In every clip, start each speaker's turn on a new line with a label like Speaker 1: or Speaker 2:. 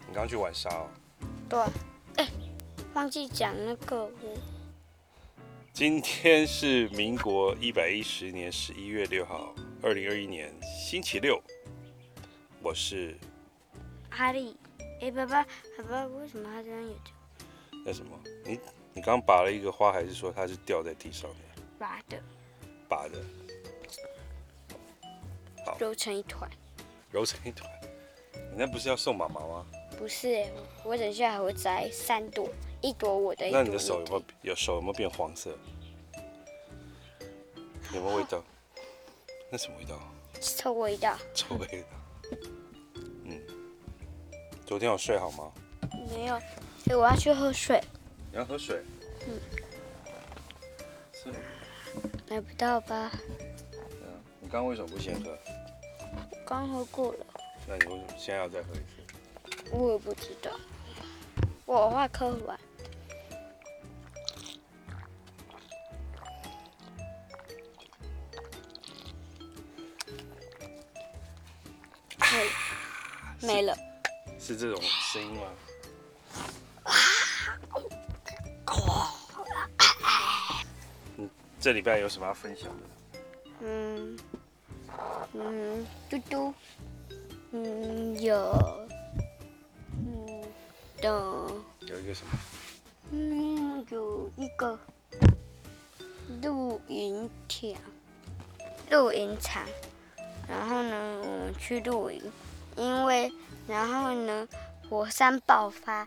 Speaker 1: 你刚刚去玩沙哦。
Speaker 2: 对，哎，忘记讲那个我
Speaker 1: 今天是民国一百一十年十一月六号，二零二一年星期六。我是
Speaker 2: 阿力。哎，爸爸，爸爸，为什么他这样有这个
Speaker 1: 那什么？你你刚拔了一个花，还是说它是掉在地上的
Speaker 2: 拔的
Speaker 1: 拔的，
Speaker 2: 揉成一团？
Speaker 1: 揉成一团？你那不是要送妈妈吗？
Speaker 2: 不是欸，我等下还会摘三朵，一朵我的，一朵
Speaker 1: 那你的手哎有没
Speaker 2: 你
Speaker 1: 有有手有没有变黄色？有没有味道？那什么味道？
Speaker 2: 的臭味道？
Speaker 1: 臭味道。嗯，昨天有睡好吗？
Speaker 2: 没有，哎，我要去喝水，
Speaker 1: 你要喝水。嗯。是。
Speaker 2: 买不到吧？
Speaker 1: 嗯，你刚刚为什么不先喝？
Speaker 2: 刚喝过了，
Speaker 1: 那你为什么现在要再喝一次？
Speaker 2: 我也不知道，我画科完。没了，没了。
Speaker 1: 是这种声音吗？啊啊你嗯这礼拜有什么要分享的？
Speaker 2: 嗯，嗯，嘟嘟，嗯，有，嗯的，
Speaker 1: 有一个什么？
Speaker 2: 嗯，有一个露营场，露营场，然后呢，我们去露营，因为然后呢，火山爆发，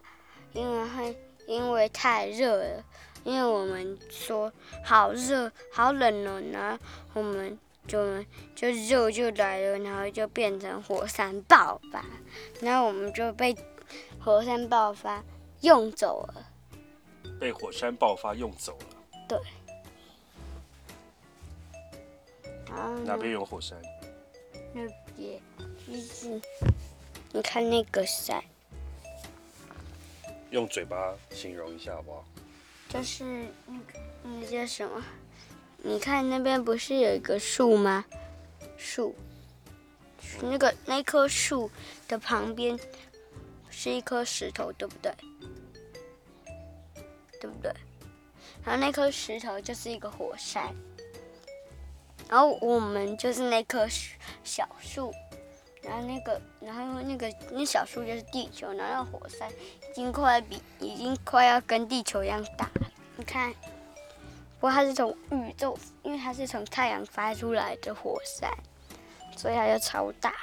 Speaker 2: 因为会因为太热了，因为我们说好热好冷哦，然后我们就就热就来了，然后就变成火山爆发，然后我们就被火山爆发用走了。
Speaker 1: 被火山爆发用走了。
Speaker 2: 然后呢
Speaker 1: 哪边有火山？
Speaker 2: 那边就是，你看那个山，
Speaker 1: 用嘴巴形容一下好不好？
Speaker 2: 就是那个那叫什么？你看那边不是有一个树吗？树，那个那棵树的旁边是一颗石头，对不对？对不对？然后那颗石头就是一个火山，然后我们就是那棵树小树，然后那个，然后那个那小树就是地球，然后那火山已经快比已经快要跟地球一样大了。你看，不过它是从宇宙，因为它是从太阳发出来的火山，所以它就超大，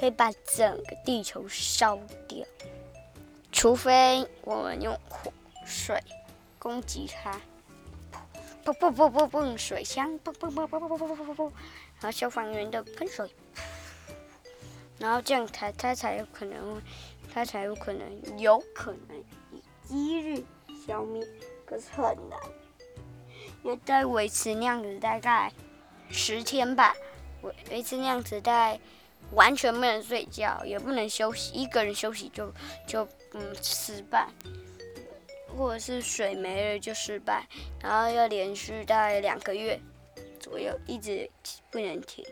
Speaker 2: 可以把整个地球烧掉，除非我们用火水攻击它。砰砰砰砰砰！水枪，砰砰砰砰砰砰砰砰砰砰，然后消防员的喷水，然后这样才它才有可能会，它才有可能有可能以几率消灭，可是很难，要再维持那样子大概十天吧，维维持那样子大概完全不能睡觉，也不能休息，一个人休息就就嗯失败。或者是水没了就失败，然后要连续大概两个月左右，一直不能停。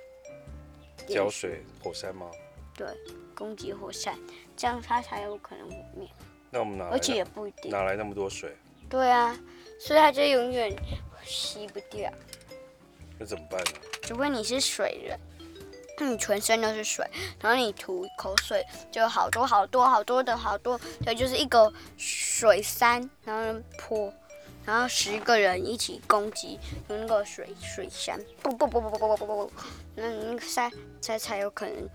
Speaker 1: 浇水火山吗？
Speaker 2: 对，攻击火山，这样它才有可能毁灭，
Speaker 1: 那我们哪来
Speaker 2: 而且也
Speaker 1: 那
Speaker 2: 不一定。
Speaker 1: 哪来那么多水？
Speaker 2: 对啊，所以它就永远吸不掉，
Speaker 1: 那怎么办呢？
Speaker 2: 除非你是水人，你全身都是水，然后你吐一口水，就有好多好多好多的好多，对，就是一个水山，然后泼。然后十个人一起攻击用那个水水山，不不不不不不不不不，那那个山才才有可能，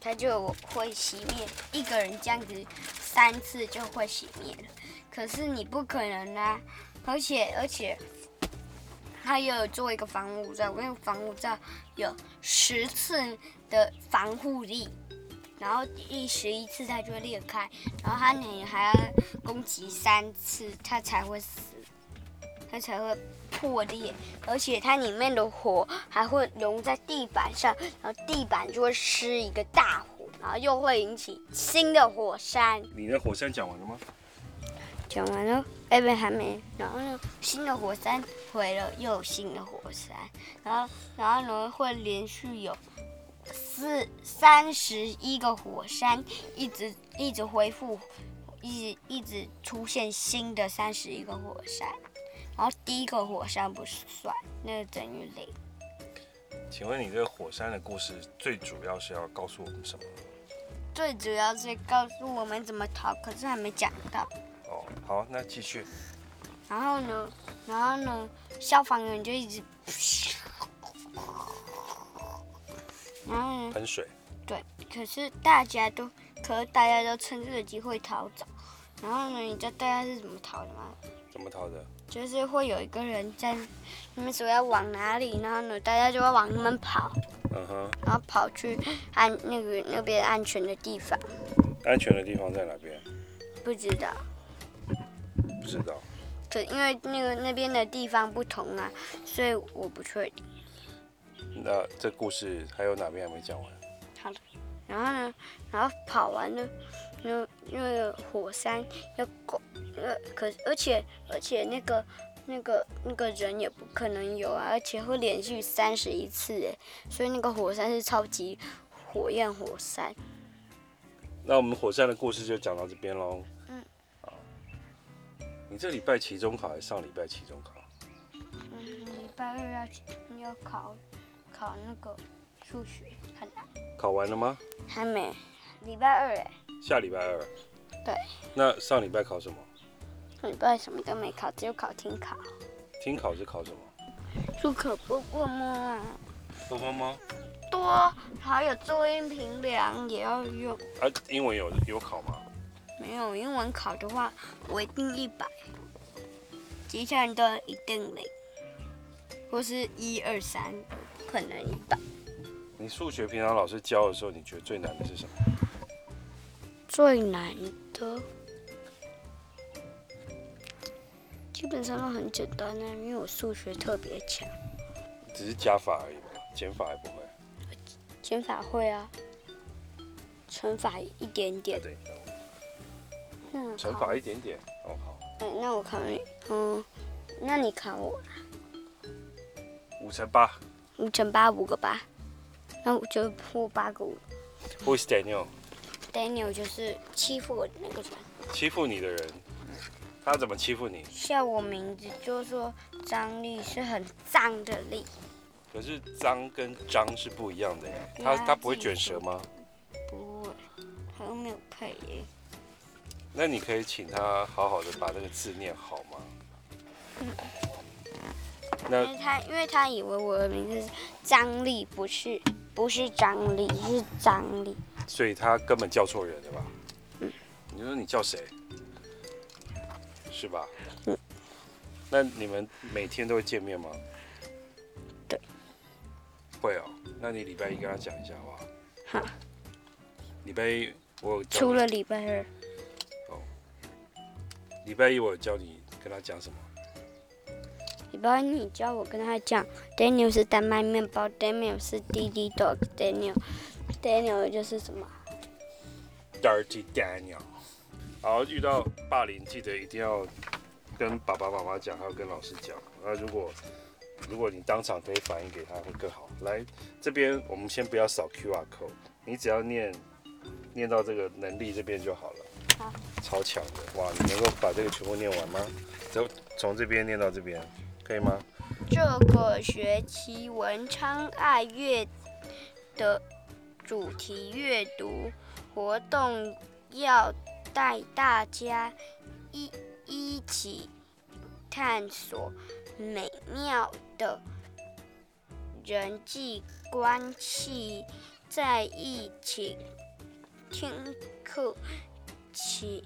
Speaker 2: 它就会熄灭。一个人这样子三次就会熄灭了，可是你不可能啊！而且而且，它也有做一个防护罩，那个防护罩有十次的防护力。然后第十一次它就会裂开，然后它你还要攻击三次，它才会死，它才会破裂，而且它里面的火还会融在地板上，然后地板就会失一个大火，然后又会引起新的火山。
Speaker 1: 你的火山讲完了吗？
Speaker 2: 讲完了，哎，不，还没。然后呢，新的火山毁了，又有新的火山，然后，然后呢，会连续有四三十一个火山一直一直恢复，一直一直出现新的三十一个火山，然后第一个火山不算，那个等于零。
Speaker 1: 请问你这个火山的故事最主要是要告诉我们什么呢？
Speaker 2: 最主要是告诉我们怎么逃，可是还没讲到。
Speaker 1: 哦，好，那继续。
Speaker 2: 然后呢，然后呢，消防员就一直， 然后呢，
Speaker 1: 喷水，
Speaker 2: 对，可是大家都，可是大家都趁这个机会逃走。然后呢，你知道大家是怎么逃的吗？
Speaker 1: 怎么逃的？
Speaker 2: 就是会有一个人在，你们说要往哪里，然后呢，大家就会往那边跑，
Speaker 1: 嗯哼，
Speaker 2: 然后跑去安那个那边安全的地方。
Speaker 1: 安全的地方在哪边？
Speaker 2: 不知道，
Speaker 1: 不知道。
Speaker 2: 可因为那个那边的地方不同啊，所以我不确定。
Speaker 1: 那这故事还有哪边还没讲完？
Speaker 2: 好的，然后呢，然后跑完了，那那个火山要过，呃，可而且而且那个那个那个人也不可能有啊，而且会连续三十一次耶，所以那个火山是超级火焰火山。
Speaker 1: 那我们火山的故事就讲到这边喽。
Speaker 2: 嗯。
Speaker 1: 好。你这礼拜期中考还是上礼拜期中考？
Speaker 2: 嗯，礼拜二要去要考考那个数学，很难。
Speaker 1: 考完了吗？
Speaker 2: 还没，礼拜二哎，
Speaker 1: 下礼拜二。
Speaker 2: 对。
Speaker 1: 那上礼拜考什么？
Speaker 2: 礼拜什么都没考，只有考听考，
Speaker 1: 听考是考什么？
Speaker 2: 数可不过嘛。
Speaker 1: 多帮吗？
Speaker 2: 多，还有注音平量也要用。
Speaker 1: 啊，英文有有考吗？
Speaker 2: 没有英文考的话，我一定一百，其他人都一定零，或是一二三，不可能一百。
Speaker 1: 你数学平常老师教的时候，你觉得最难的是什么？
Speaker 2: 最难的，基本上都很简单呢，因为我数学特别强，
Speaker 1: 只是加法而已嘛，减法还不会。
Speaker 2: 减法会啊，乘法一点点。
Speaker 1: 对，
Speaker 2: 那我考
Speaker 1: 乘法一点点。哦，好。
Speaker 2: 哎那我考你，嗯，那你考我。
Speaker 1: 五乘八。
Speaker 2: 五乘八五个八，那我就破八个五。
Speaker 1: Who is Daniel？
Speaker 2: Daniel 就是欺负我的那个人，
Speaker 1: 欺负你的人，他怎么欺负你？
Speaker 2: 笑我名字就说张力是很脏的力，
Speaker 1: 可是脏跟张是不一样的耶，
Speaker 2: 对
Speaker 1: 他
Speaker 2: 啊
Speaker 1: 他不会卷舌吗？
Speaker 2: 不会，他又没有配音。
Speaker 1: 那你可以请他好好的把那个字念好吗？嗯那
Speaker 2: 因为他因为他以为我的名字是张力，不是不是张力，是张力。
Speaker 1: 所以他根本叫错人了吧？你说你叫谁？是吧？
Speaker 2: 嗯
Speaker 1: 那你们每天都会见面吗？
Speaker 2: 对。
Speaker 1: 会哦，那你礼拜一跟他讲一下好不好？
Speaker 2: 好，
Speaker 1: 礼拜一我有教
Speaker 2: 除
Speaker 1: 你
Speaker 2: 了礼拜二，
Speaker 1: 礼拜一我有教你跟他讲什么。
Speaker 2: 礼拜二你教我跟他讲，Daniel 是丹麦面包，Daniel 是滴滴 dog，Daniel Daniel 就是什么？
Speaker 1: Dirty Daniel。好，遇到霸凌，记得一定要跟爸爸妈妈讲，还有跟老师讲。那如果如果你当场可以反映给他，会更好。来，这边我们先不要扫 QR code，你只要念念到这个能力这边就好了。
Speaker 2: 好，
Speaker 1: 超强的，哇！你能够把这个全部念完吗？从从这边念到这边，可以吗？
Speaker 2: 这个学期文昌爱阅的主题阅读活动要带大家一一起探索美妙的人际关系，在一起听课期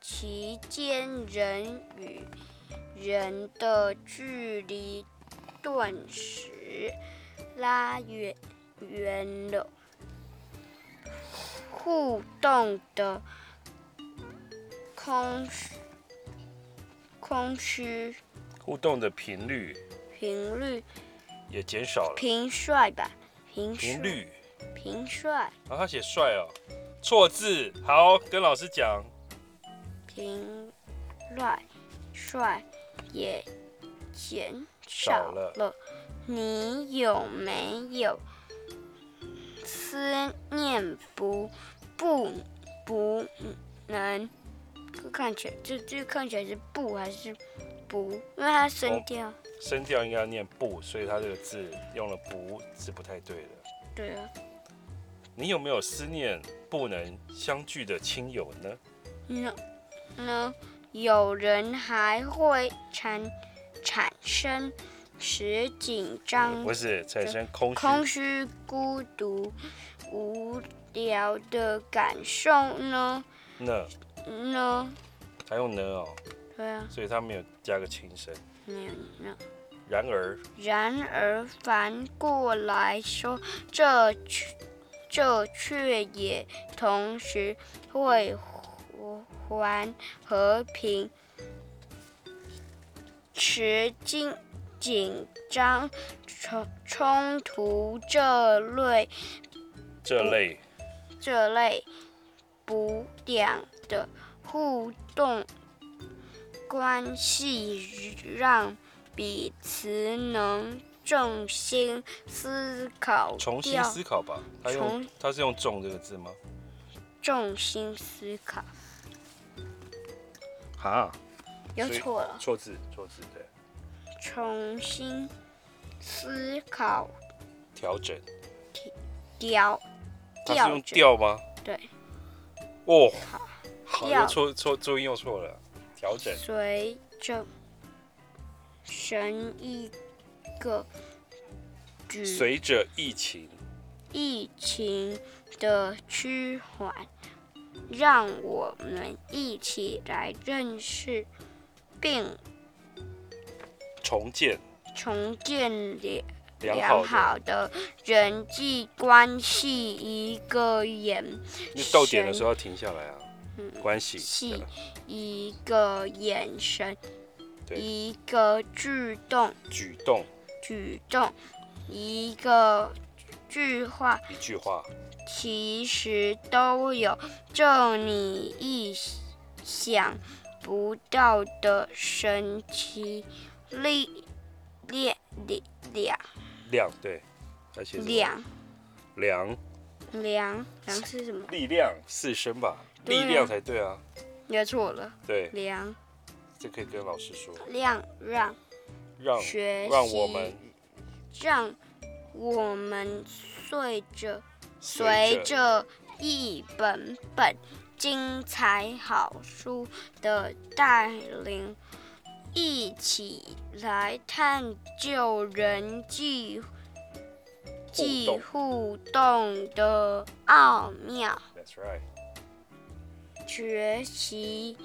Speaker 2: 期间人与人的距离顿时拉远远了，互动的空虚空虚
Speaker 1: 互动的频率
Speaker 2: 频率
Speaker 1: 也减少了，
Speaker 2: 平率吧，平
Speaker 1: 频
Speaker 2: 率
Speaker 1: 率。
Speaker 2: 平率
Speaker 1: 然后他写帅哦，错字。好，跟老师讲。
Speaker 2: 平率率也减
Speaker 1: 少
Speaker 2: 少
Speaker 1: 了
Speaker 2: 了。你有没有思念不不不能，这看起来这这看起来是不还是不？因为它
Speaker 1: 哦
Speaker 2: 声调，
Speaker 1: 声调应该要念不，所以它这个字用了不是不太对的。
Speaker 2: 对啊，
Speaker 1: 你有没有思念不能相聚的亲友呢？
Speaker 2: 那那有人还会产产生使紧张
Speaker 1: 不是，产生空虚。
Speaker 2: 嗯空虚、孤独、无聊的感受呢？
Speaker 1: 呢，
Speaker 2: 呢？
Speaker 1: 还用呢哦，
Speaker 2: 对啊，
Speaker 1: 所以它没有加个轻声。
Speaker 2: 没有呢。
Speaker 1: 然而，
Speaker 2: 然而反过来说，这却这却也同时会还和平、持紧紧张、冲冲突这类
Speaker 1: 这类
Speaker 2: 嗯这类不良的互动关系，让彼此能重新思考
Speaker 1: 重新
Speaker 2: 掉
Speaker 1: 思考吧。它用
Speaker 2: 重
Speaker 1: 它是用“重”这个字吗？
Speaker 2: 重新思考，
Speaker 1: 哈，
Speaker 2: 又
Speaker 1: 所以
Speaker 2: 错了，
Speaker 1: 错字，错字，对，
Speaker 2: 重新思考
Speaker 1: 调整。
Speaker 2: 调
Speaker 1: 它是用
Speaker 2: 调整
Speaker 1: 调吗？
Speaker 2: 对，
Speaker 1: 哦，好，
Speaker 2: 调
Speaker 1: 又错错注音又错了，调整。
Speaker 2: 随着神一个举
Speaker 1: 随着疫情，
Speaker 2: 疫情的趋缓，让我们一起来认识并
Speaker 1: 重建
Speaker 2: 重建良
Speaker 1: 良
Speaker 2: 良
Speaker 1: 好
Speaker 2: 好的人际关系。一个眼
Speaker 1: 的，你逗点的时候要停下来啊。
Speaker 2: 嗯
Speaker 1: 关系
Speaker 2: 系
Speaker 1: 对吧，
Speaker 2: 一个眼神，
Speaker 1: 对
Speaker 2: 一个举动，
Speaker 1: 举动，
Speaker 2: 举动，一个句话，
Speaker 1: 一句话，
Speaker 2: 其实都有让你意想不到的神奇力力力量
Speaker 1: 量对，而且
Speaker 2: 量
Speaker 1: 量
Speaker 2: 量量是什么？
Speaker 1: 力量四声吧，
Speaker 2: 对
Speaker 1: 力
Speaker 2: 啊
Speaker 1: 量才对啊，
Speaker 2: 念错了，
Speaker 1: 对，
Speaker 2: 量
Speaker 1: 这可以跟老师说，
Speaker 2: 量让
Speaker 1: 让
Speaker 2: 学习
Speaker 1: 让我们
Speaker 2: 让我们随着随着一本本精彩好书的带领，一起来探究人际际
Speaker 1: 动
Speaker 2: 互动的奥妙，
Speaker 1: That's right，
Speaker 2: 学习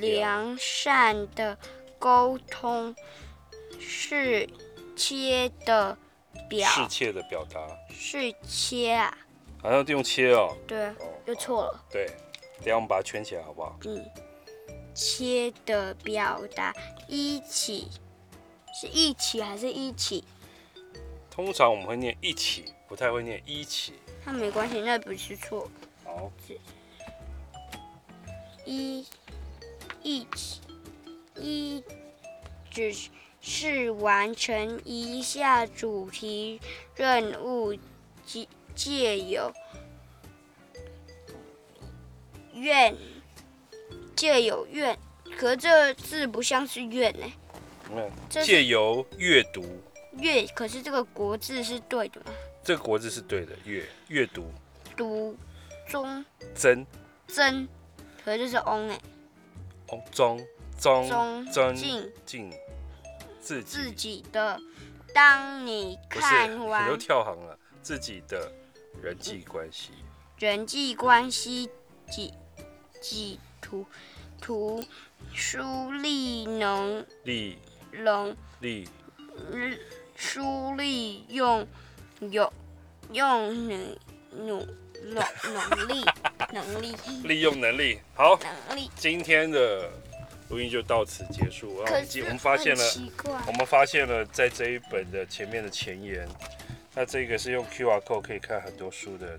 Speaker 2: 良善的沟通是切的表
Speaker 1: 世切的表达，
Speaker 2: 是切啊，
Speaker 1: 好像用切哦，
Speaker 2: 对啊，
Speaker 1: 哦，
Speaker 2: 又错了。
Speaker 1: 对，等一下我们把它圈起来好不好？
Speaker 2: 嗯，切的表达一起是一起还是一起？
Speaker 1: 通常我们会念一起，不太会念一起。
Speaker 2: 那没关系，那不是错，
Speaker 1: 好，
Speaker 2: 一一起一只是完成一下主题任务，借借由愿借由愿，可这字不像是愿欸呢、
Speaker 1: 你看，
Speaker 2: 这是
Speaker 1: 借由阅读，
Speaker 2: 月，可是这个国字是对的嘛？
Speaker 1: 这个国字是对的，阅阅读
Speaker 2: 读中
Speaker 1: 增
Speaker 2: 真，可是这是翁哎、
Speaker 1: 哦中中
Speaker 2: 中
Speaker 1: 增
Speaker 2: 进
Speaker 1: 进自
Speaker 2: 自
Speaker 1: 己
Speaker 2: 己的。当你
Speaker 1: 不是，
Speaker 2: 看
Speaker 1: 你都
Speaker 2: 完
Speaker 1: 跳行了，自己的人际关系。
Speaker 2: 人际关系几几图图书利能
Speaker 1: 利
Speaker 2: 能
Speaker 1: 利
Speaker 2: 书利用有用努努努能力能力
Speaker 1: 利用能力。好，
Speaker 2: 能力。
Speaker 1: 今天的录音就到此结束。然后我
Speaker 2: 可
Speaker 1: 们记
Speaker 2: 是
Speaker 1: 我们发现了
Speaker 2: 很，奇怪，
Speaker 1: 我们发现了在这一本的前面的前言，那这个是用 QR code 可以看很多书的。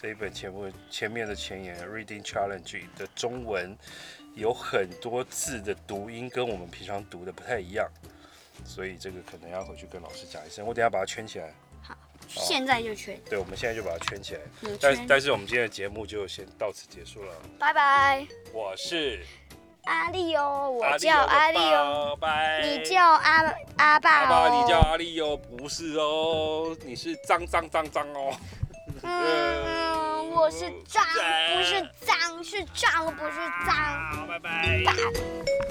Speaker 1: 这一本前面前面的前言《Reading Challenge》的中文有很多字的读音跟我们平常读的不太一样，所以这个可能要回去跟老师讲一声。我等一下把它圈起来。
Speaker 2: 现在就圈，
Speaker 1: 对，我们现在就把它圈起来。
Speaker 2: 嗯，
Speaker 1: 但
Speaker 2: 圈，
Speaker 1: 但是我们今天的节目就先到此结束了。
Speaker 2: 拜拜，
Speaker 1: 我是
Speaker 2: 阿力哦，
Speaker 1: 阿
Speaker 2: 我
Speaker 1: 力
Speaker 2: 叫阿力哦，
Speaker 1: 哦，拜。
Speaker 2: 你叫阿阿
Speaker 1: 阿
Speaker 2: 爸
Speaker 1: 爸，
Speaker 2: 哦，
Speaker 1: 你叫阿力哦，不是哦，你是脏脏脏脏哦。
Speaker 2: 嗯，我是脏，不是脏，是脏，不是脏。
Speaker 1: 好，拜拜。